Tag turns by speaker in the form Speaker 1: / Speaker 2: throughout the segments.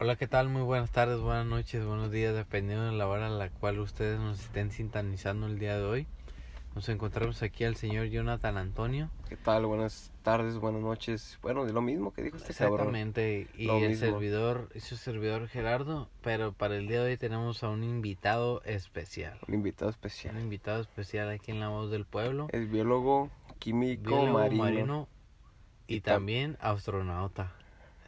Speaker 1: Hola, ¿qué tal? Muy buenas tardes, buenas noches, buenos días, dependiendo de la hora a la cual ustedes nos estén sintonizando el día de hoy. Nos encontramos aquí al señor Jonathan Antonio.
Speaker 2: ¿Qué tal? Buenas tardes, buenas noches. Bueno, de lo mismo que dijo este cabrón.
Speaker 1: Exactamente, y
Speaker 2: Lo
Speaker 1: el
Speaker 2: mismo.
Speaker 1: servidor, y su servidor Gerardo, pero para el día de hoy tenemos a un invitado especial.
Speaker 2: Un invitado
Speaker 1: Un
Speaker 2: especial.
Speaker 1: invitado especial aquí en La Voz del Pueblo,
Speaker 2: Es biólogo químico
Speaker 1: biólogo
Speaker 2: marino.
Speaker 1: marino,
Speaker 2: Y
Speaker 1: y
Speaker 2: tam-
Speaker 1: también astronauta,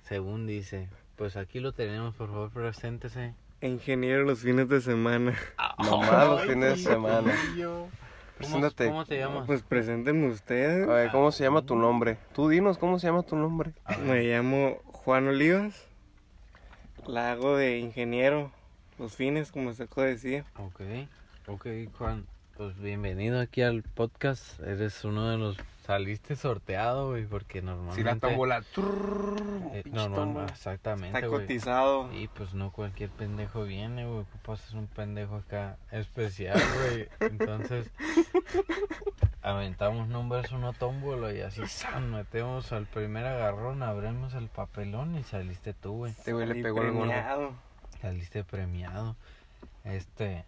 Speaker 1: según dice. Pues aquí lo tenemos, por favor, preséntese.
Speaker 3: Ingeniero los fines de semana.
Speaker 2: Nomás los fines de semana.
Speaker 1: ¿Cómo,
Speaker 2: Preséntate.
Speaker 1: cómo te llamas?
Speaker 3: Pues preséntenme
Speaker 2: A
Speaker 3: ustedes.
Speaker 2: ver, ¿cómo se
Speaker 1: Ah,
Speaker 2: llama tu nombre? Tú dinos, ¿cómo se llama tu nombre?
Speaker 3: Me llamo Juan Olivas. La hago de ingeniero los fines, como Seco decía.
Speaker 1: Ok, ok, Juan. Pues bienvenido aquí al podcast. Eres uno de los. Saliste sorteado, güey, porque normalmente.
Speaker 4: Si la tómbola.
Speaker 1: eh,
Speaker 2: pinche
Speaker 1: normal,
Speaker 2: tómbola.
Speaker 1: exactamente,
Speaker 3: Está
Speaker 1: güey.
Speaker 3: cotizado.
Speaker 1: Y pues no cualquier pendejo viene, güey. Ocupas es un pendejo acá especial, güey. Entonces, aventamos nombres uno tómbolo y así ¡zam! metemos al primer agarrón, abrimos el papelón y saliste tú, güey.
Speaker 2: Este güey le
Speaker 3: Y
Speaker 2: pegó el gordo.
Speaker 3: premiado.
Speaker 1: Saliste premiado. Este,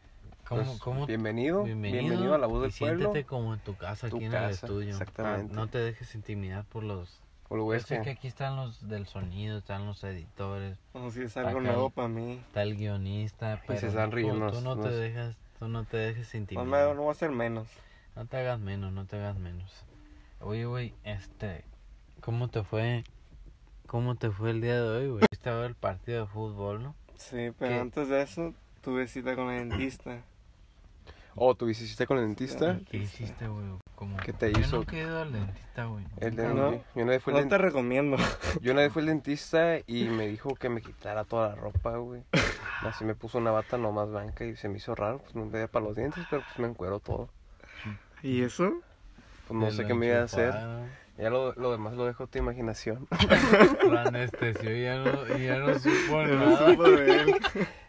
Speaker 1: ¿cómo,
Speaker 2: Pues,
Speaker 1: cómo
Speaker 2: bienvenido, bienvenido, a la
Speaker 1: y
Speaker 2: voz del pueblo.
Speaker 1: Siéntete como en tu casa,
Speaker 2: Tu
Speaker 1: aquí en el
Speaker 2: casa,
Speaker 1: estudio. Ah,
Speaker 2: exactamente. Pues, eh.
Speaker 1: No te dejes intimidar por los.
Speaker 2: O lo voy a
Speaker 1: Es que
Speaker 2: hacer.
Speaker 1: aquí están los del sonido, están los editores,
Speaker 3: Como si es algo
Speaker 1: Acá.
Speaker 3: nuevo para mí.
Speaker 1: está el guionista. Pero
Speaker 2: se están
Speaker 1: tú-
Speaker 2: riendo,
Speaker 1: Tú, no
Speaker 2: no
Speaker 1: te
Speaker 2: sé. Pues,
Speaker 1: dejas, tú no te dejes
Speaker 3: No, me, Pues, no
Speaker 1: intimidar.
Speaker 3: voy a ser menos.
Speaker 1: No te hagas menos, no te hagas menos. Oye, güey, este, ¿cómo te fue? ¿Cómo te fue el día de hoy, güey? Fuiste a ver el partido de fútbol, ¿no?
Speaker 3: Sí, pero
Speaker 1: ¿Qué?
Speaker 3: antes de eso tuve cita con el dentista.
Speaker 2: Oh, ¿tú hiciste con el dentista?
Speaker 1: ¿Qué hiciste, güey? ¿Cómo-
Speaker 2: ¿Eh? ¿Qué te
Speaker 1: Yo
Speaker 2: hizo? Eh,
Speaker 1: nunca he ido al dentista, güey.
Speaker 2: El
Speaker 1: Nunca,
Speaker 2: de-
Speaker 3: No.
Speaker 2: yo, una vez fui al
Speaker 3: No te
Speaker 2: den-
Speaker 3: recomiendo.
Speaker 2: yo una vez fui al dentista y me dijo que me quitara toda la ropa, güey. Así me puso una bata nomás blanca y se me hizo raro. Pues no me veía para los dientes, pero pues me encuero todo.
Speaker 3: ¿Y eso?
Speaker 2: Pues no
Speaker 1: te
Speaker 2: sé
Speaker 1: lo
Speaker 2: qué me iba a hacer.
Speaker 1: enchufaron.
Speaker 2: Ya lo, lo demás lo dejo a tu imaginación.
Speaker 1: Lo anestesió y ya no, y ya no supo
Speaker 3: No pues,
Speaker 1: nada.
Speaker 3: supo de él.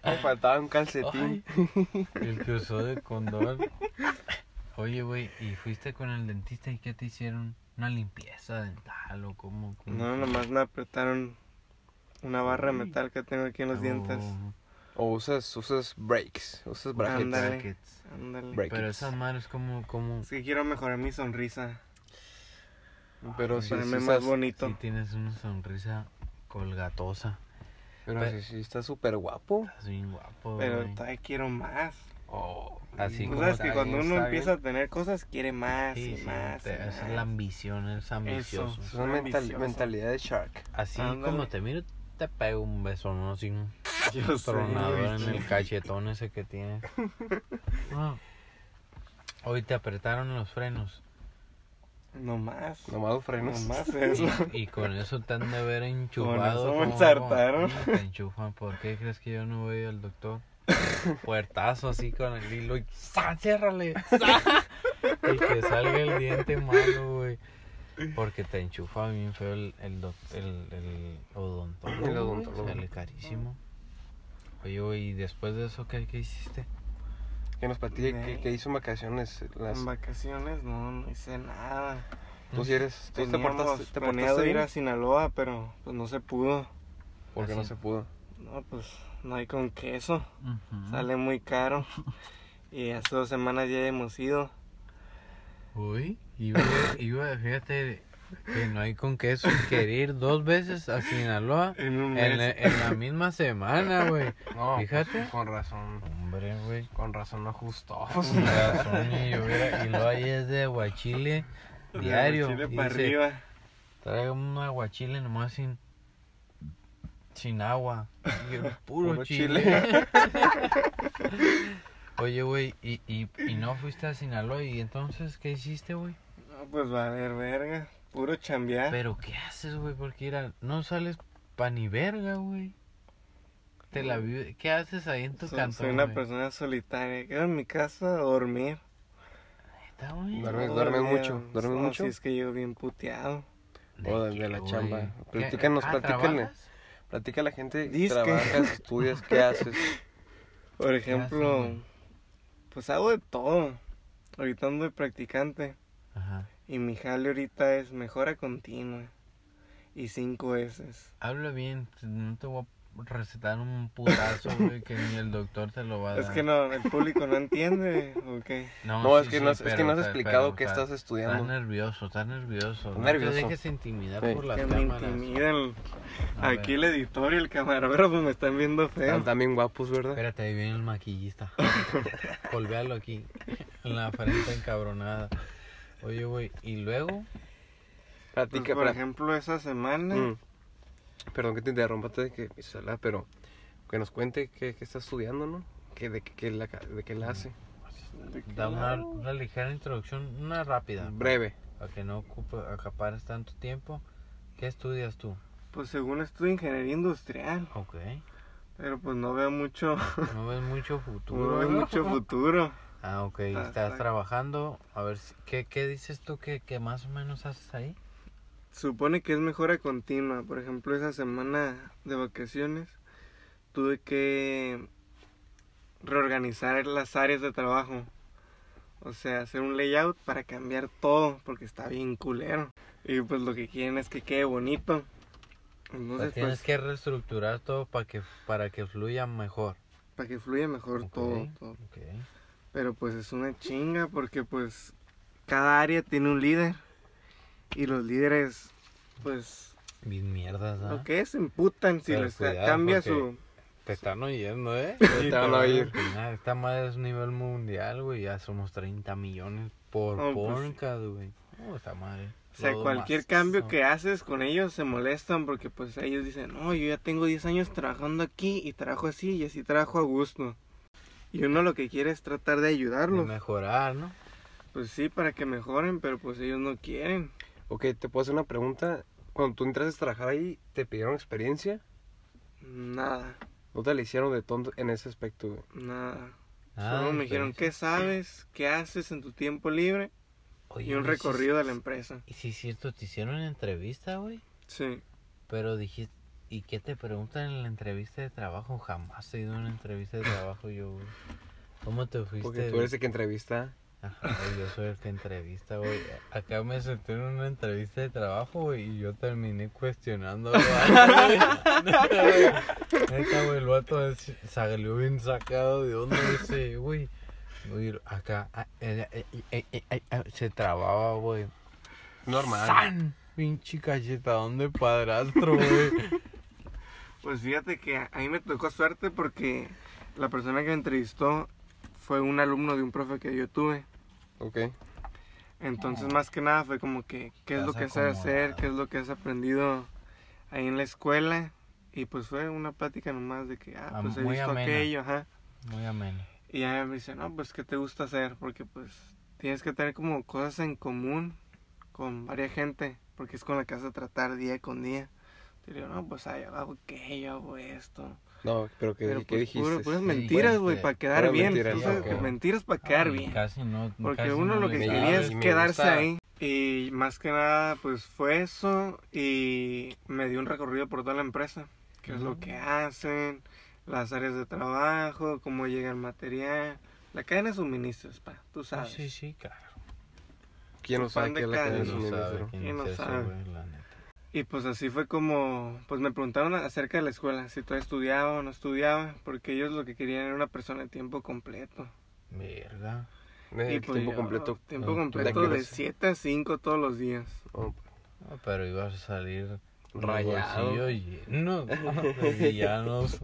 Speaker 2: Me faltaba un calcetín.
Speaker 1: Ay, el que usó de condón. Oye, güey, ¿y fuiste con el dentista y qué te hicieron? ¿Una limpieza dental o cómo? cómo?
Speaker 3: No, nomás me apretaron una barra de metal que tengo aquí en los
Speaker 1: Oh,
Speaker 3: dientes.
Speaker 2: O usas, usas breaks, usas
Speaker 1: Oh,
Speaker 2: brackets.
Speaker 3: Ándale.
Speaker 1: brackets.
Speaker 3: Ándale.
Speaker 2: Break.
Speaker 1: Pero esas madres, ¿cómo? cómo
Speaker 3: Es que quiero mejorar mi sonrisa.
Speaker 2: Pero si,
Speaker 3: Ponerme
Speaker 2: si
Speaker 3: más
Speaker 2: estás,
Speaker 3: bonito.
Speaker 1: si tienes una sonrisa colgatosa.
Speaker 2: pero si, si estás súper guapo.
Speaker 1: Estás bien guapo,
Speaker 3: Pero
Speaker 1: güey.
Speaker 3: todavía quiero más.
Speaker 2: Oh,
Speaker 1: Así Sí,
Speaker 3: Tú
Speaker 1: como
Speaker 3: Pues, sabes
Speaker 1: está
Speaker 3: que
Speaker 1: bien,
Speaker 3: cuando uno
Speaker 2: está
Speaker 3: empieza
Speaker 2: bien.
Speaker 3: a tener cosas, quiere más
Speaker 1: Sí,
Speaker 3: y
Speaker 1: sí,
Speaker 3: más.
Speaker 1: te-
Speaker 3: y
Speaker 1: esa es
Speaker 3: más.
Speaker 1: la ambición, es ambicioso.
Speaker 2: Es una mental-
Speaker 3: Ambicioso.
Speaker 2: mentalidad de shark.
Speaker 1: Así
Speaker 3: Ándale.
Speaker 1: como te miro, te pego un beso, ¿no? Así un
Speaker 3: Yo sé,
Speaker 1: tronador
Speaker 3: güey.
Speaker 1: en el cachetón ese que tienes. Ah. Hoy te apretaron los frenos.
Speaker 3: No más. No,
Speaker 2: Nomás los frenos.
Speaker 3: más eso.
Speaker 1: Y con eso te han de ver enchufado.
Speaker 3: eso me
Speaker 1: como-
Speaker 3: ensartaron.
Speaker 1: como- Te enchufan. ¿Por qué crees que yo no voy al doctor? Puertazo así con el hilo y ¡zas! ¡Ciérrale! ¡zas! Y que salga el diente malo, güey. Porque te enchufa bien feo el, el, doc- el, el odontólogo.
Speaker 2: El
Speaker 1: güey,
Speaker 2: odontólogo.
Speaker 1: Sale carísimo. Oye, güey, ¿y después de eso qué, qué hiciste?
Speaker 2: Que nos platique que, hizo en vacaciones. Las...
Speaker 3: En vacaciones no, no hice nada.
Speaker 2: Tú si eres. Tú te
Speaker 3: Teníamos
Speaker 2: portaste, te
Speaker 3: planeado
Speaker 2: portaste
Speaker 3: ir a
Speaker 2: bien.
Speaker 3: Sinaloa, pero pues no se pudo.
Speaker 2: Porque no se pudo.
Speaker 3: No, pues no hay con queso. Sale muy caro. Y hace dos semanas ya hemos ido.
Speaker 1: Uy, iba, iba, fíjate que no hay con queso querer ir dos veces a Sinaloa
Speaker 3: En un
Speaker 1: en, la- en la misma semana, güey.
Speaker 2: No, pues,
Speaker 1: Fíjate.
Speaker 2: con razón.
Speaker 1: Hombre, güey.
Speaker 2: Con razón no ajustó.
Speaker 1: Con razón, y, yo hubiera- y luego ahí es de aguachile diario.
Speaker 3: Chile
Speaker 1: y
Speaker 3: para
Speaker 1: dice,
Speaker 3: arriba.
Speaker 1: Traiga un aguachile nomás sin, sin agua. Y el puro,
Speaker 2: Puro
Speaker 1: chile.
Speaker 2: chile.
Speaker 1: Oye, güey, y, y, y no fuiste a Sinaloa, ¿y entonces qué hiciste, güey?
Speaker 3: No, pues va a valer verga. Puro chambear.
Speaker 1: Pero ¿qué haces, güey? Porque era, no sales pa' ni verga, güey. Te la vive- ¿Qué haces ahí en tu
Speaker 3: So-
Speaker 1: cantón?
Speaker 3: soy una
Speaker 1: güey?
Speaker 3: persona solitaria. Quedo en mi casa a dormir.
Speaker 1: Neta, güey.
Speaker 2: No, ¿Duermes-
Speaker 3: Todo
Speaker 2: duermes
Speaker 3: el día.
Speaker 2: mucho? ¿Duermes
Speaker 3: No,
Speaker 2: mucho?
Speaker 3: Si es que yo bien puteado.
Speaker 2: O desde
Speaker 1: qué,
Speaker 2: la
Speaker 1: güey?
Speaker 2: chamba.
Speaker 1: ¿Qué?
Speaker 2: Platícanos,
Speaker 1: Ah,
Speaker 2: platícale.
Speaker 1: ¿trabajas?
Speaker 2: Platica a la gente.
Speaker 3: Disque.
Speaker 2: Trabajas, estudias, ¿qué haces?
Speaker 3: Por
Speaker 1: haces,
Speaker 3: ejemplo,
Speaker 1: güey?
Speaker 3: pues hago de todo. Ahorita ando de practicante.
Speaker 1: Ajá.
Speaker 3: Y mi jale ahorita es mejora continua. Y cinco S.
Speaker 1: Habla bien, no te voy a recetar un putazo, güey, que ni el doctor te lo va a dar.
Speaker 3: Es que no, el público no entiende. Ok.
Speaker 2: No, es
Speaker 1: sí,
Speaker 2: que
Speaker 1: sí,
Speaker 2: no has- es
Speaker 1: pero,
Speaker 2: que no has
Speaker 1: o sea,
Speaker 2: explicado
Speaker 1: pero,
Speaker 2: qué
Speaker 1: o sea,
Speaker 2: estás estudiando.
Speaker 1: Estás nervioso, estás nervioso.
Speaker 2: Estás
Speaker 1: no
Speaker 2: nervioso.
Speaker 1: te dejes intimidar
Speaker 2: Sí.
Speaker 1: por las
Speaker 3: Que me
Speaker 1: cámaras.
Speaker 3: intimidan.
Speaker 1: A ver.
Speaker 3: Aquí el editor y el camarógrafo me están viendo feo.
Speaker 2: Están también guapos, ¿verdad?
Speaker 1: Espérate, ahí viene el maquillista. Volvéalo aquí. En la frente encabronada. Oye, güey, y luego.
Speaker 3: Pues,
Speaker 2: Platica,
Speaker 3: por
Speaker 2: pla-
Speaker 3: ejemplo, esa semana
Speaker 2: Mm. Perdón que te interrumpa antes de que salga, pero que nos cuente qué, qué está estudiando, ¿no? Que, de, que, la, de qué la hace.
Speaker 1: Da una, una ligera introducción, una rápida.
Speaker 2: Breve.
Speaker 1: Para que no ocupe, acapares tanto tiempo. ¿Qué estudias tú?
Speaker 3: pues según estudio ingeniería industrial,
Speaker 1: Ok.
Speaker 3: pero pues no veo mucho,
Speaker 1: No ves mucho
Speaker 3: no
Speaker 1: futuro.
Speaker 3: veo mucho futuro.
Speaker 1: Ah, ok.
Speaker 3: Está-
Speaker 1: Estás
Speaker 3: está-
Speaker 1: trabajando. A ver, si- ¿qué, qué dices tú que, que más o menos haces ahí?
Speaker 3: Supone que es mejora continua. Por ejemplo, esa semana de vacaciones tuve que reorganizar las áreas de trabajo. O sea, hacer un layout para cambiar todo, porque está bien culero. Y pues lo que quieren es que quede bonito.
Speaker 1: O
Speaker 3: Entonces,
Speaker 1: sea, tienes
Speaker 3: pues,
Speaker 1: que reestructurar todo para que, para que fluya mejor.
Speaker 3: para que fluya mejor
Speaker 1: Ok,
Speaker 3: todo, todo.
Speaker 1: ok.
Speaker 3: Pero pues es una chinga, porque pues cada área tiene un líder. Y los líderes, pues,
Speaker 1: Mis mierdas, ¿ah?
Speaker 3: Lo que es, se emputan si
Speaker 1: Pero
Speaker 3: les
Speaker 1: cuidado,
Speaker 3: cambia
Speaker 1: porque-
Speaker 3: su...
Speaker 1: Te están oyendo, ¿eh?
Speaker 2: te van a oír.
Speaker 1: Ah, Esta madre es nivel mundial, güey. Ya somos 30 millones por
Speaker 3: No, pues
Speaker 1: porncas, güey. Oh, esta madre.
Speaker 3: O sea,
Speaker 1: Lo
Speaker 3: cualquier
Speaker 1: macizo.
Speaker 3: cambio que haces con ellos se molestan porque pues ellos dicen, no, yo ya tengo 10 años trabajando aquí y trabajo así y así trabajo a gusto. Y uno lo que quiere es tratar de
Speaker 1: De
Speaker 3: ayudarlos.
Speaker 1: mejorar, ¿no?
Speaker 3: Pues sí, para que mejoren, pero pues ellos no quieren.
Speaker 2: Ok, te puedo hacer una pregunta. Cuando tú entraste a trabajar ahí, ¿te pidieron experiencia?
Speaker 3: Nada,
Speaker 2: ¿No te la hicieron de tonto en ese aspecto, güey?
Speaker 3: nada.
Speaker 1: Ah,
Speaker 3: Solo me dijeron,
Speaker 1: pero-
Speaker 3: ¿qué sabes? ¿Qué haces en tu tiempo libre?
Speaker 1: Oye,
Speaker 3: y un
Speaker 1: güey, sí,
Speaker 3: recorrido em-. de
Speaker 1: sí,
Speaker 3: la empresa.
Speaker 1: Y sí, es cierto, te hicieron entrevista, güey.
Speaker 3: Sí.
Speaker 1: Pero dijiste. ¿Y qué te preguntan en la entrevista de trabajo? Jamás he ido a una entrevista de trabajo yo, güey. ¿Cómo te fuiste?
Speaker 2: Porque tú
Speaker 1: güey?
Speaker 2: eres el que entrevista.
Speaker 1: Ajá, güey, yo soy el que entrevista, güey. Acá me senté en una entrevista de trabajo, güey, y yo terminé cuestionando al vato, güey. Neta, güey, el vato es- salió bien sacado de onda, dice, güey. Güey, acá ah, eh, eh, eh, eh, eh, eh, se trababa, güey.
Speaker 2: Normal.
Speaker 1: ¡San! Pinche cachetadón de padrastro, güey.
Speaker 3: Pues fíjate que a a mí me tocó suerte porque la persona que me entrevistó fue un alumno de un profe que yo tuve.
Speaker 2: Ok.
Speaker 3: Entonces, más que nada, fue como que, ¿qué es lo que
Speaker 1: Ah. Estás
Speaker 3: sabes hacer?
Speaker 1: acomodado.
Speaker 3: ¿Qué es lo que has aprendido ahí en la escuela? Y pues fue una plática nomás de que, ah,
Speaker 1: Ah,
Speaker 3: pues he
Speaker 1: muy
Speaker 3: visto
Speaker 1: amena.
Speaker 3: aquello, ajá.
Speaker 1: Muy ameno.
Speaker 3: Y ya me dice, no, pues, ¿qué te gusta hacer? Porque pues tienes que tener como cosas en común con varias gente, porque es con la que vas a tratar día con día. Y le digo, no, pues, ah, yo hago aquello, hago esto.
Speaker 2: No, pero ¿qué,
Speaker 3: Pero
Speaker 2: qué
Speaker 3: pues,
Speaker 2: dijiste?
Speaker 3: puro- puras
Speaker 1: Sí,
Speaker 3: mentiras, güey,
Speaker 1: dijiste.
Speaker 3: para quedar
Speaker 2: Puras
Speaker 3: bien.
Speaker 2: mentiras,
Speaker 3: Tú
Speaker 1: ya,
Speaker 3: sabes
Speaker 1: ok. Ah,
Speaker 3: que mentiras para quedar
Speaker 1: Ay,
Speaker 3: bien.
Speaker 1: Casi no.
Speaker 3: Porque
Speaker 1: casi
Speaker 3: uno
Speaker 1: no
Speaker 3: lo
Speaker 1: le
Speaker 3: que
Speaker 2: me
Speaker 1: sabes.
Speaker 3: quería
Speaker 2: gusta.
Speaker 3: es
Speaker 2: Me
Speaker 3: quedarse
Speaker 2: gusta.
Speaker 3: ahí. Y más que nada, pues fue eso. Y me dio un recorrido por toda la empresa. Qué es lo que hacen, las áreas de trabajo, cómo llega el material. La cadena de suministros, pa, tú
Speaker 1: Ah,
Speaker 3: sabes.
Speaker 1: Sí, sí, claro.
Speaker 2: ¿Quién no
Speaker 3: tu
Speaker 2: sabe
Speaker 3: pan de
Speaker 2: qué es la
Speaker 3: cada
Speaker 2: que
Speaker 1: ¿Quién
Speaker 3: día.
Speaker 2: es
Speaker 3: Eso
Speaker 1: no
Speaker 2: un
Speaker 1: sabe
Speaker 2: ministro?
Speaker 1: quién
Speaker 3: ¿Quién
Speaker 1: es
Speaker 3: no
Speaker 1: eso,
Speaker 3: sabe?
Speaker 1: güey, la neta.
Speaker 3: Y pues así fue como, pues me preguntaron acerca de la escuela, si todavía estudiaba o no estudiaba, porque ellos lo que querían era una persona de tiempo completo.
Speaker 1: Verga.
Speaker 2: Eh,
Speaker 3: Y
Speaker 2: el
Speaker 3: pues
Speaker 2: tiempo
Speaker 3: yo,
Speaker 2: completo. Ah,
Speaker 3: Tiempo
Speaker 1: ¿Tú de
Speaker 3: completo
Speaker 2: qué
Speaker 3: de
Speaker 2: hora?
Speaker 3: 7 a 5 todos los días.
Speaker 2: Oh,
Speaker 1: No, pero ibas a salir
Speaker 2: Rayado.
Speaker 1: rayado. lleno de villanos.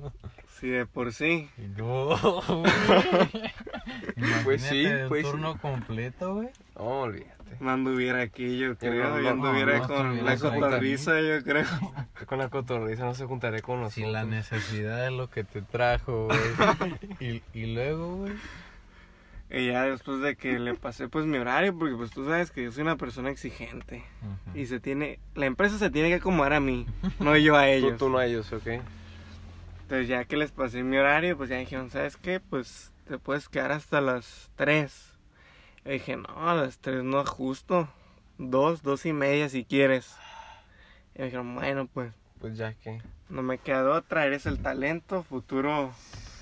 Speaker 3: Sí, de por sí.
Speaker 1: No,
Speaker 2: Pues sí,
Speaker 1: Imagínate
Speaker 2: pues sí.
Speaker 1: un turno completo, güey.
Speaker 2: no, olvídate.
Speaker 3: No anduviera aquí, yo creo.
Speaker 2: no,
Speaker 3: yo
Speaker 2: no,
Speaker 3: anduviera
Speaker 1: no
Speaker 3: con la
Speaker 1: estuvieras ahí
Speaker 3: cotorriza, yo creo.
Speaker 2: Con la cotorriza no se juntaré con nosotros.
Speaker 1: Si la necesidad es lo que te trajo, güey. Y, y luego, güey.
Speaker 3: Y ya después de que le pasé pues mi horario, porque pues tú sabes que yo soy una persona exigente.
Speaker 1: Ujú.
Speaker 3: Y se tiene, la empresa se tiene que acomodar a mí, no yo a
Speaker 2: Tú,
Speaker 3: ellos.
Speaker 2: tú no a ellos, ¿ok?
Speaker 3: Entonces ya que les pasé mi horario, pues ya dijeron, ¿sabes qué? Pues te puedes quedar hasta las 3. Y dije, no, a las 3 no justo. Dos, dos y media si quieres. Y me dijeron, bueno, pues
Speaker 2: Pues ya que.
Speaker 3: no me quedó otra, eres el talento, futuro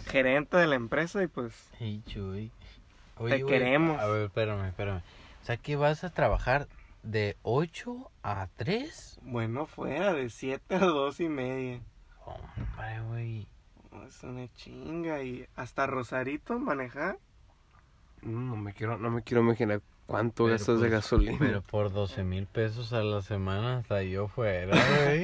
Speaker 3: gerente de la empresa y pues
Speaker 1: Hey, Chuy.
Speaker 3: Te
Speaker 1: güey,
Speaker 3: queremos.
Speaker 1: A ver, espérame, espérame. O sea, que vas a trabajar de 8 a 3.
Speaker 3: bueno, fuera de 7 a dos y media.
Speaker 1: Hombre, güey.
Speaker 3: Es una chinga. Y hasta Rosarito manejar.
Speaker 2: Mm, No me quiero, no me quiero imaginar cuánto
Speaker 1: Pero
Speaker 2: gastas de
Speaker 1: pues,
Speaker 2: gasolina.
Speaker 1: Pero por 12 mil pesos a la semana hasta yo fuera, güey.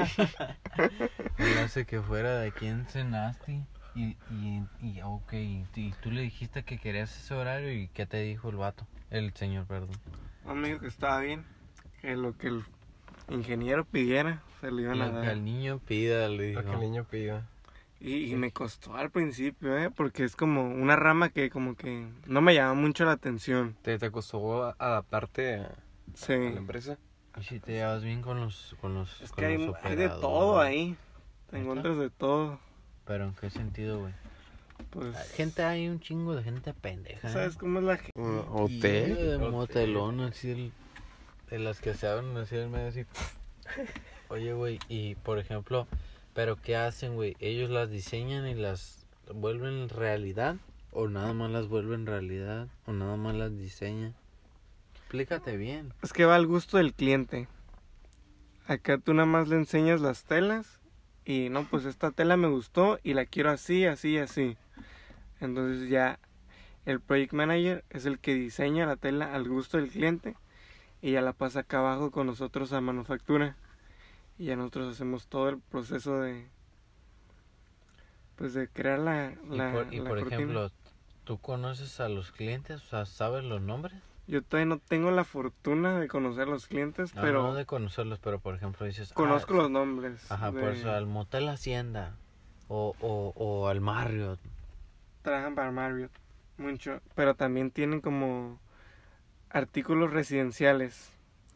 Speaker 1: Yo no sé que fuera de aquí en Senasti. Y, y, y, ok, y, tú le dijiste que querías ese horario y ¿qué te dijo el vato? El señor, perdón.
Speaker 3: Un amigo que estaba bien. Que lo que el ingeniero pidiera se lo iban a
Speaker 1: Lo que
Speaker 3: dar.
Speaker 1: el niño pida, le dijo.
Speaker 2: Lo que el niño pida.
Speaker 3: Y, y me costó al principio, ¿eh? Porque es como una rama que como que no me llama mucho la atención.
Speaker 2: ¿Te, te costó a- adaptarte a, a
Speaker 3: Sí.
Speaker 2: la empresa?
Speaker 1: Y si te llevas bien con los con los
Speaker 3: Es
Speaker 1: con
Speaker 3: que hay,
Speaker 1: los
Speaker 3: hay de
Speaker 1: operadores,
Speaker 3: todo
Speaker 1: güey.
Speaker 3: ahí. Te
Speaker 1: ¿Neta?
Speaker 3: encuentras de todo.
Speaker 1: Pero en qué sentido, güey?
Speaker 3: Pues,
Speaker 1: Gente hay un chingo de gente pendeja. ¿eh?
Speaker 3: ¿sabes cómo es la gente?
Speaker 2: Un
Speaker 1: Y
Speaker 2: hotel.
Speaker 1: De motelón, así el- de las que se abren así en medio, así. Oye, güey, y por ejemplo, ¿pero qué hacen, güey? ¿Ellos las diseñan y las vuelven realidad? ¿O nada más las vuelven realidad? ¿O nada más las diseñan? Explícate bien.
Speaker 3: Es que va al gusto del cliente. Acá tú nada más le enseñas las telas y no, pues esta tela me gustó y la quiero así, así, así. Entonces ya el project manager es el que diseña la tela al gusto del cliente y ya la pasa acá abajo con nosotros a manufactura. Y ya nosotros hacemos todo el proceso de pues de crear la, la,
Speaker 1: y por, y
Speaker 3: la
Speaker 1: por
Speaker 3: cortina.
Speaker 1: ejemplo, ¿tú conoces a los clientes? O sea, ¿sabes los nombres?
Speaker 3: Yo todavía no tengo la fortuna de conocer a los clientes,
Speaker 1: No,
Speaker 3: pero
Speaker 1: no de conocerlos, pero por ejemplo dices... ah,
Speaker 3: conozco los nombres.
Speaker 1: Ajá,
Speaker 3: de-
Speaker 1: por eso, al motel Hacienda. O, o, o al Marriott.
Speaker 3: trabajan para Marriott mucho, pero también tienen como artículos residenciales,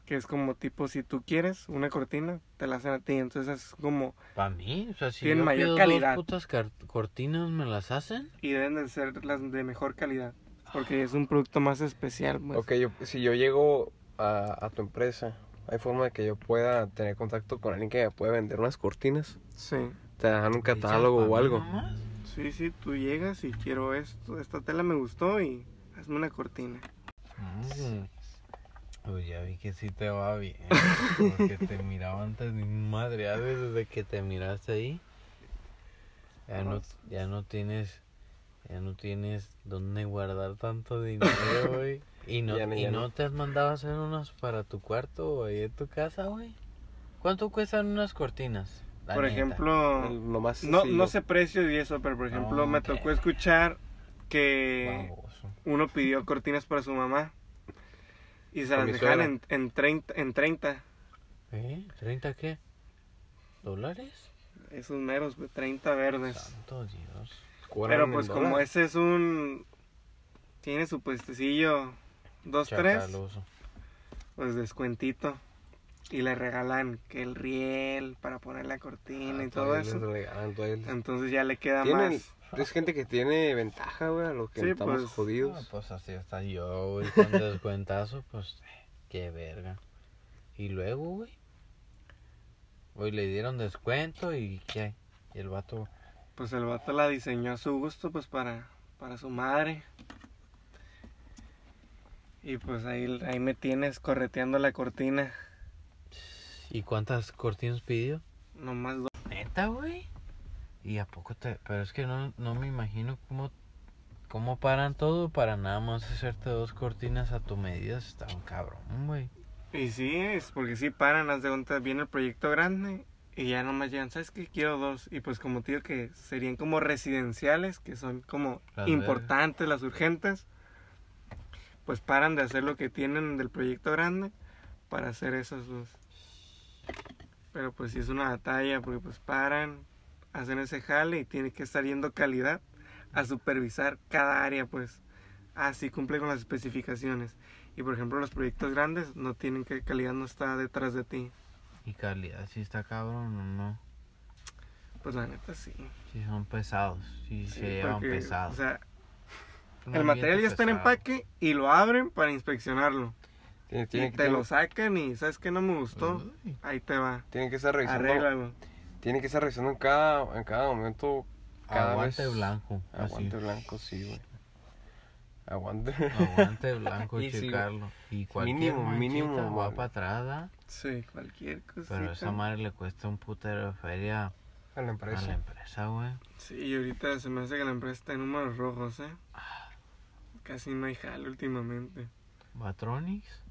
Speaker 3: que es como tipo si tú quieres una cortina, te la hacen a ti, entonces es como
Speaker 1: Para mí, o sea, si
Speaker 3: Tienen
Speaker 1: yo
Speaker 3: mayor
Speaker 1: pido
Speaker 3: calidad.
Speaker 1: dos putas car- cortinas, ¿me las hacen?
Speaker 3: y deben de ser las de mejor calidad, porque es un producto más especial, pues.
Speaker 2: Ok, yo- si yo llego a, a tu empresa, ¿hay forma de que yo pueda tener contacto con alguien que me pueda vender unas cortinas?
Speaker 3: Sí.
Speaker 2: ¿Te dan un
Speaker 1: ¿Hechas
Speaker 2: catálogo
Speaker 1: pa'
Speaker 2: o
Speaker 1: mí
Speaker 2: algo?
Speaker 1: nomás?
Speaker 3: Sí, sí, tú llegas y quiero esto, esta tela me gustó y hazme una cortina.
Speaker 1: Mm. Uy, ya vi que sí te va bien. Porque te miraba antes ni madre. a ver, Desde que te miraste ahí, ya no, ya no tienes. Ya no tienes dónde guardar tanto dinero, güey. ¿Y, no,
Speaker 2: Ya no,
Speaker 1: y
Speaker 2: ya
Speaker 1: no
Speaker 2: no.
Speaker 1: te has mandado a hacer unas para tu cuarto o ahí en tu casa, güey? ¿Cuánto cuestan unas cortinas? La
Speaker 3: por
Speaker 1: neta.
Speaker 3: ejemplo,
Speaker 2: El- Lo más
Speaker 3: no,
Speaker 2: sencillo.
Speaker 3: no sé precios y eso, pero por ejemplo
Speaker 1: No,
Speaker 3: me
Speaker 1: que-
Speaker 3: tocó escuchar que...
Speaker 1: Baboso.
Speaker 3: uno pidió cortinas para su mamá y se
Speaker 2: Para
Speaker 3: las
Speaker 2: mi
Speaker 3: dejaban
Speaker 2: suegra.
Speaker 3: en, en, 30, en 30.
Speaker 1: ¿Eh? ¿30 qué? ¿Dólares?
Speaker 3: Esos meros, güey, 30 verdes.
Speaker 1: Santo Dios.
Speaker 2: Cobran
Speaker 3: Pero
Speaker 2: Ah, en
Speaker 3: pues
Speaker 2: dólares.
Speaker 3: como ese es un... Tiene su puestecillo, dos, tres,
Speaker 1: Chacaloso.
Speaker 3: pues descuentito. Y le regalan que el riel para poner la cortina y
Speaker 2: Ah,
Speaker 3: todo
Speaker 2: todavía les
Speaker 3: eso.
Speaker 2: regalan, todavía les-
Speaker 3: Entonces ya le queda
Speaker 2: Tienen-
Speaker 3: más.
Speaker 2: Es gente que tiene ventaja, güey, a los que
Speaker 3: Sí,
Speaker 2: estamos
Speaker 3: pues.
Speaker 1: Ah,
Speaker 2: jodidos.
Speaker 1: pues así está yo, güey. Con descuentazo, pues. eh, Qué verga. Y luego, güey. Güey, le dieron descuento y qué. Y el vato.
Speaker 3: Pues el vato la diseñó a su gusto, pues para, para su madre. Y pues ahí, ahí me tienes correteando la cortina.
Speaker 1: ¿Y cuántas cortinas pidió?
Speaker 3: Nomás dos.
Speaker 1: Neta, güey. ¿Y a poco te.? Pero es que no, no me imagino cómo. ¿Cómo paran todo para nada más hacerte dos cortinas a tu medida? Está un cabrón, güey.
Speaker 3: Y sí, es porque sí paran, haz de cuenta, viene el proyecto grande y ya nomás llegan, ¿sabes qué? Quiero dos. Y pues como te digo que serían como residenciales, que son como
Speaker 1: Las
Speaker 3: importantes, las urgentes, pues paran de hacer lo que tienen del proyecto grande para hacer esas dos. Pero pues sí es una batalla, porque pues paran, hacen ese jale y tiene que estar yendo calidad a supervisar cada área, pues. Así cumple con las especificaciones. Y por ejemplo, los proyectos grandes no tienen que calidad no está detrás de ti.
Speaker 1: Y calidad, si está cabrón o no.
Speaker 3: Pues la neta sí.
Speaker 1: Si son pesados, si
Speaker 3: Sí,
Speaker 1: se llevan
Speaker 3: porque,
Speaker 1: pesados.
Speaker 3: O sea,
Speaker 1: Un
Speaker 3: el material
Speaker 1: ambiente
Speaker 3: ya está en
Speaker 1: pesado.
Speaker 3: empaque y lo abren para inspeccionarlo.
Speaker 2: Tiene-
Speaker 3: Y
Speaker 2: tiene que-
Speaker 3: te lo sacan y sabes que no me gustó.
Speaker 1: Uy.
Speaker 3: Ahí te va.
Speaker 2: Tienen que estar revisando.
Speaker 3: Arréglalo.
Speaker 2: Tienen que estar revisando en cada, en cada momento. Cada
Speaker 1: Aguante
Speaker 2: vez-
Speaker 1: blanco. así.
Speaker 2: Aguante blanco, sí, güey. Aguante.
Speaker 1: Aguante blanco,
Speaker 2: Y sí, güey.
Speaker 1: checarlo. y cualquier
Speaker 2: Mínimo,
Speaker 1: manchita
Speaker 2: mínimo,
Speaker 1: va
Speaker 2: güey.
Speaker 1: para atrás, ¿da?
Speaker 3: Sí, cualquier
Speaker 1: Pero a esa
Speaker 3: cosita.
Speaker 1: madre le cuesta un putero de feria A
Speaker 2: a la
Speaker 1: la
Speaker 2: empresa.
Speaker 1: empresa, güey.
Speaker 3: Sí, y ahorita se me hace que la empresa está en números rojos, ¿eh? Casi no hay jalo últimamente.
Speaker 1: Batronics.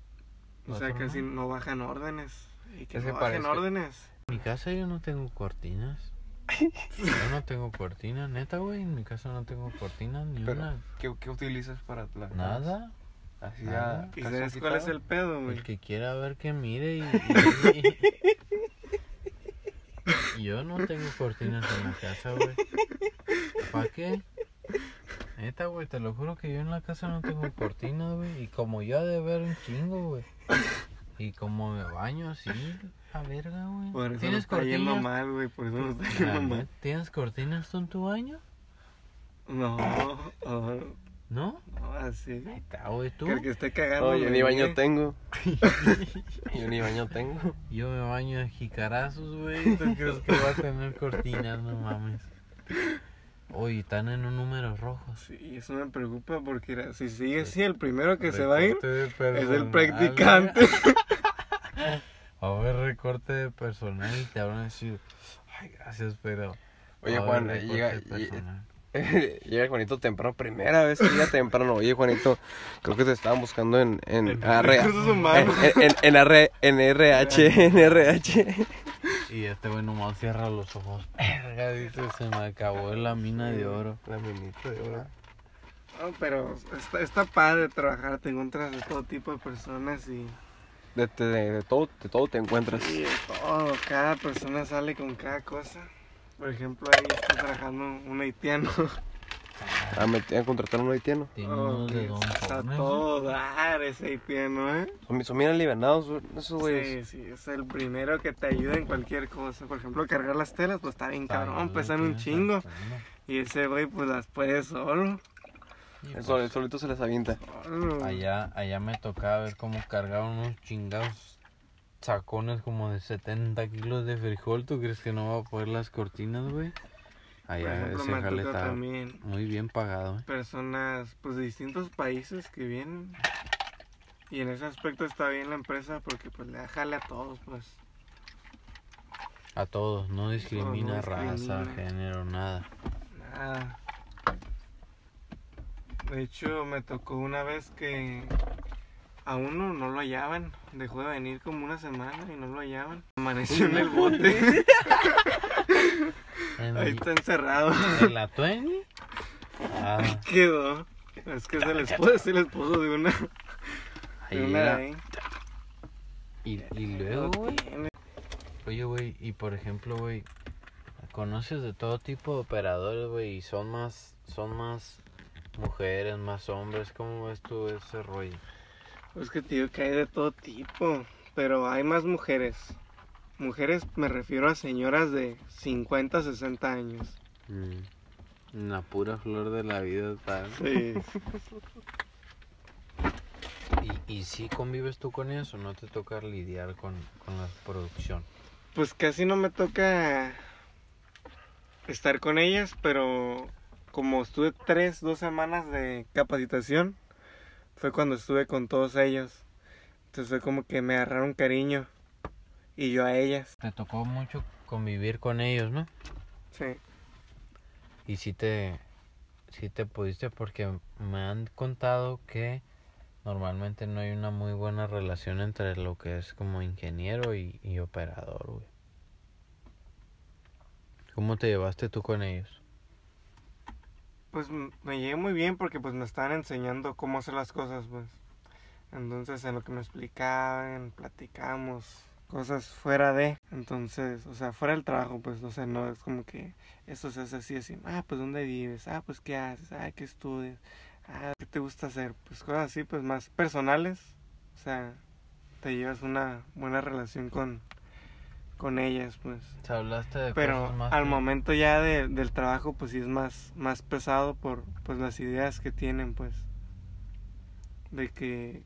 Speaker 3: O sea,
Speaker 1: Batronics.
Speaker 3: casi no bajan órdenes. Y que
Speaker 2: Es que
Speaker 3: no bajen
Speaker 2: parece-
Speaker 3: órdenes.
Speaker 1: En mi casa yo no tengo cortinas. Yo no tengo cortinas, neta, güey. En mi casa no tengo cortinas ni
Speaker 2: Pero,
Speaker 1: una.
Speaker 2: ¿qué, ¿qué utilizas para la
Speaker 1: Nada.
Speaker 2: Así
Speaker 1: Nada.
Speaker 2: ya.
Speaker 3: ¿Y
Speaker 2: casi
Speaker 3: sabes cuál es el pedo, güey?
Speaker 1: El Pues que quiera ver que mire y. y- y- yo no tengo cortinas en la casa, güey. ¿Para qué? Neta, güey, te lo juro que yo en la casa no tengo cortinas, güey. Y como yo he de ver un chingo, güey. Y como me baño así, la verga, güey.
Speaker 3: Por eso nos
Speaker 1: ¿Tienes
Speaker 3: está yendo
Speaker 1: cortinas?
Speaker 3: mal, güey. Por eso nos está
Speaker 1: La
Speaker 3: yendo mal.
Speaker 1: neta, ¿Tienes cortinas tú en tu baño?
Speaker 3: No, oh,
Speaker 1: ¿no?
Speaker 3: no, así.
Speaker 1: Neta, güey, tú.
Speaker 3: Que, que esté cagando.
Speaker 2: No, yo ni
Speaker 3: güey.
Speaker 2: baño tengo. yo ni baño tengo.
Speaker 1: Yo me baño en jicarazos, güey. ¿Tú crees que va a tener cortinas? No mames. Oye, están en un número rojos.
Speaker 3: Sí, y eso me preocupa porque era- si sigue así, el primero que se va a ir
Speaker 1: Recorte de
Speaker 3: es
Speaker 1: personal,
Speaker 3: el practicante.
Speaker 1: Va a haber recorte de personal y te van a decir, ay, gracias, pero... va
Speaker 2: Oye,
Speaker 1: a haber
Speaker 2: Juan,
Speaker 1: recorte
Speaker 2: llega-
Speaker 1: de personal".
Speaker 2: Llega Juanito temprano, primera vez que llega temprano. Oye, Juanito, creo que te estaban buscando en, en,
Speaker 3: En
Speaker 2: ARREA.
Speaker 3: recursos
Speaker 2: en,
Speaker 3: humanos.
Speaker 2: en, en, ARREA, en RH, en RH.
Speaker 1: Y este güey nomás cierra los ojos. Verga, dice, se me acabó la mina de oro.
Speaker 2: La minita de oro.
Speaker 3: No, pero está, está padre trabajar, te encuentras de todo tipo de personas y,
Speaker 2: De, de- de- de todo, de todo te encuentras.
Speaker 3: y de todo, cada persona sale con cada cosa. Por ejemplo, ahí está trabajando un haitiano.
Speaker 2: Ah, me tienen que contratar a un haitiano.
Speaker 1: Tiene unos de Don
Speaker 3: Oh, está
Speaker 1: Pones,
Speaker 3: todo dar ese haitiano, ¿eh?
Speaker 2: Son, son bien alivianados güey, esos güeyes.
Speaker 3: Sí, sí, es el primero que te ayuda en cualquier cosa. Por ejemplo, cargar las telas, pues está bien cabrón, pesan un chingo. Y ese güey, pues las puede solo.
Speaker 1: Y
Speaker 2: El
Speaker 1: pues,
Speaker 2: sol- el solito se les avienta.
Speaker 3: solo.
Speaker 1: allá, allá me tocaba ver cómo cargaban unos chingados sacones como de 70 kilos de frijol. ¿Tú crees que no va a poder las cortinas, güey?
Speaker 3: Por
Speaker 1: Allá
Speaker 3: ejemplo,
Speaker 1: ese
Speaker 3: me
Speaker 1: jale
Speaker 3: toca
Speaker 1: estaba
Speaker 3: también
Speaker 1: muy bien pagado, ¿eh?
Speaker 3: personas pues de distintos países que vienen. Y en ese aspecto está bien la empresa porque pues le da jale a todos, pues.
Speaker 1: A todos, no discrimina raza,
Speaker 3: discrimina.
Speaker 1: género, nada.
Speaker 3: Nada. De hecho, me tocó una vez que a uno no lo hallaban. Dejó de venir como una semana y no lo hallaban. Amaneció en el bote.
Speaker 1: En,
Speaker 3: Ahí está encerrado.
Speaker 1: en la 20. Ah,
Speaker 3: Quedó. Es que es el esposo, es el esposo de una.
Speaker 1: ahí
Speaker 3: De una de
Speaker 1: era.
Speaker 3: ahí.
Speaker 1: Y, y luego,
Speaker 3: Lo
Speaker 1: güey,
Speaker 3: tiene.
Speaker 1: Oye, güey, y por ejemplo, güey, conoces de todo tipo de operadores, güey, y son más, son más mujeres, más hombres, ¿cómo ves tú ese rollo?
Speaker 3: Pues que te digo que hay de todo tipo, pero hay más mujeres. Mujeres me refiero a señoras de 50, 60 años.
Speaker 1: La Mm, pura flor de la vida, tal.
Speaker 3: Sí.
Speaker 1: ¿Y, y si convives tú con eso? ¿No te toca lidiar con, con la producción?
Speaker 3: Pues casi no me toca estar con ellas, pero como estuve tres, dos semanas de capacitación, fue cuando estuve con todos ellos. Entonces fue como que me agarraron cariño y yo a ellas.
Speaker 1: Te tocó mucho convivir con ellos, ¿no?
Speaker 3: Sí.
Speaker 1: Y si te, si te pudiste, porque me han contado que normalmente no hay una muy buena relación entre lo que es como ingeniero y, y operador, güey. ¿Cómo te llevaste tú con ellos?
Speaker 3: Pues m- me llevé muy bien porque pues me estaban enseñando cómo hacer las cosas, pues. Entonces en lo que me explicaban, platicamos cosas fuera de, entonces, o sea, fuera del trabajo, pues, o sea, no es como que esto se hace así, así, ah, pues, ¿dónde vives? Ah, pues, ¿qué haces? Ah, ¿qué estudias? Ah, ¿qué te gusta hacer? Pues cosas así, pues, más personales, o sea, te llevas una buena relación con, con ellas, pues.
Speaker 1: Te hablaste de
Speaker 3: Pero
Speaker 1: cosas más
Speaker 3: al
Speaker 1: que-
Speaker 3: momento ya de- del trabajo, pues sí es más, más pesado por pues, las ideas que tienen, pues. De que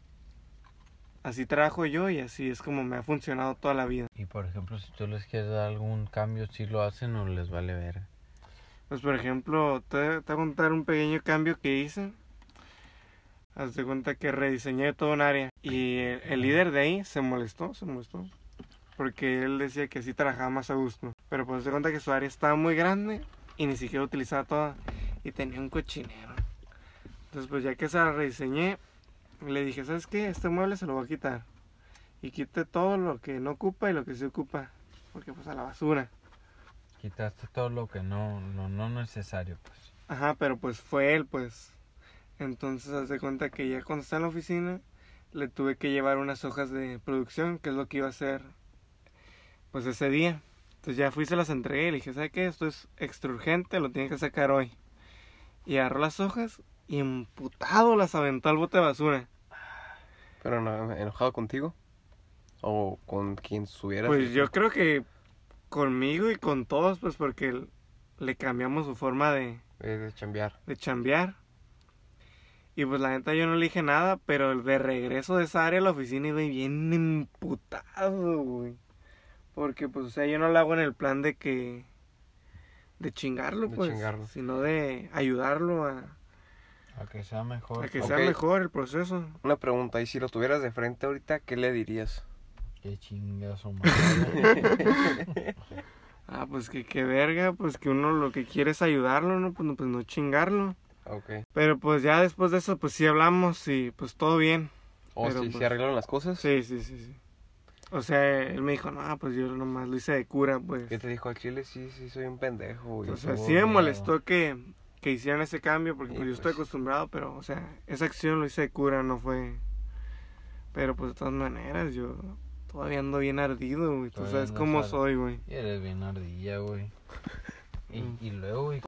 Speaker 3: así trabajo yo y así es como me ha funcionado toda la vida.
Speaker 1: Y por ejemplo, si tú les quieres dar algún cambio, si lo hacen o les vale ver.
Speaker 3: Pues por ejemplo, te, te voy a contar un pequeño cambio que hice. Haz de cuenta que rediseñé todo un área. Y el, el líder de ahí se molestó, se molestó. Porque él decía que así trabajaba más a gusto. Pero pues se cuenta que su área estaba muy grande y ni siquiera utilizaba toda. Y tenía un cochinero. Entonces pues ya que se la rediseñé, le dije, ¿sabes qué? Este mueble se lo voy a quitar. Y quite todo lo que no ocupa y lo que se ocupa. Porque pues a la basura.
Speaker 1: Quitaste todo lo que no, no, no necesario, pues.
Speaker 3: Ajá, pero pues fue él, pues. Entonces, hace cuenta que ya cuando está en la oficina, le tuve que llevar unas hojas de producción, que es lo que iba a hacer, pues ese día. Entonces ya fui, se las entregué y le dije, ¿sabe qué? Esto es extra urgente, lo tiene que sacar hoy. Y agarró las hojas y emputado las aventó al bote de basura.
Speaker 2: Pero no, enojado contigo. O con quien estuviera.
Speaker 3: Pues yo creo que conmigo y con todos, pues porque le cambiamos su forma de,
Speaker 2: Eh, de chambear.
Speaker 3: de chambear. Y pues la neta yo no le dije nada, pero el de regreso de esa área a la oficina iba bien emputado, güey. Porque pues, o sea, yo no lo hago en el plan de que... De chingarlo,
Speaker 2: De
Speaker 3: pues.
Speaker 2: chingarlo.
Speaker 3: Sino de ayudarlo a,
Speaker 1: A que sea mejor.
Speaker 3: a que
Speaker 1: pues.
Speaker 3: sea
Speaker 2: Ok.
Speaker 3: mejor el proceso.
Speaker 2: Una pregunta, y si lo tuvieras de frente ahorita, ¿qué le dirías?
Speaker 1: Qué chingazo, madre.
Speaker 3: Ah, pues que qué verga, pues que uno lo que quiere es ayudarlo, ¿no? Pues no, pues, no chingarlo.
Speaker 2: Ok.
Speaker 3: Pero pues ya después de eso, pues sí hablamos y pues todo bien.
Speaker 2: ¿O
Speaker 3: Pero,
Speaker 2: si
Speaker 3: pues,
Speaker 2: se arreglaron las cosas?
Speaker 3: Sí, sí, sí, sí. O sea, él me dijo, no, pues yo nomás lo hice de cura, pues.
Speaker 2: ¿Qué te dijo al chile? Sí, sí, soy un pendejo, güey.
Speaker 3: O sea,
Speaker 1: estuvo
Speaker 3: sí me
Speaker 1: bien,
Speaker 3: molestó que, que hicieran ese cambio, porque
Speaker 2: Y
Speaker 3: pues, yo estoy
Speaker 2: pues-
Speaker 3: acostumbrado, pero, o sea, esa acción lo hice de cura, no fue... Pero, pues, de todas maneras, yo todavía ando bien ardido, güey. Tú
Speaker 1: Todavía
Speaker 3: sabes
Speaker 1: andas
Speaker 3: cómo
Speaker 1: ar-
Speaker 3: soy, güey.
Speaker 1: Y eres bien ardilla, güey. Y,
Speaker 3: Mm.
Speaker 1: y luego, güey,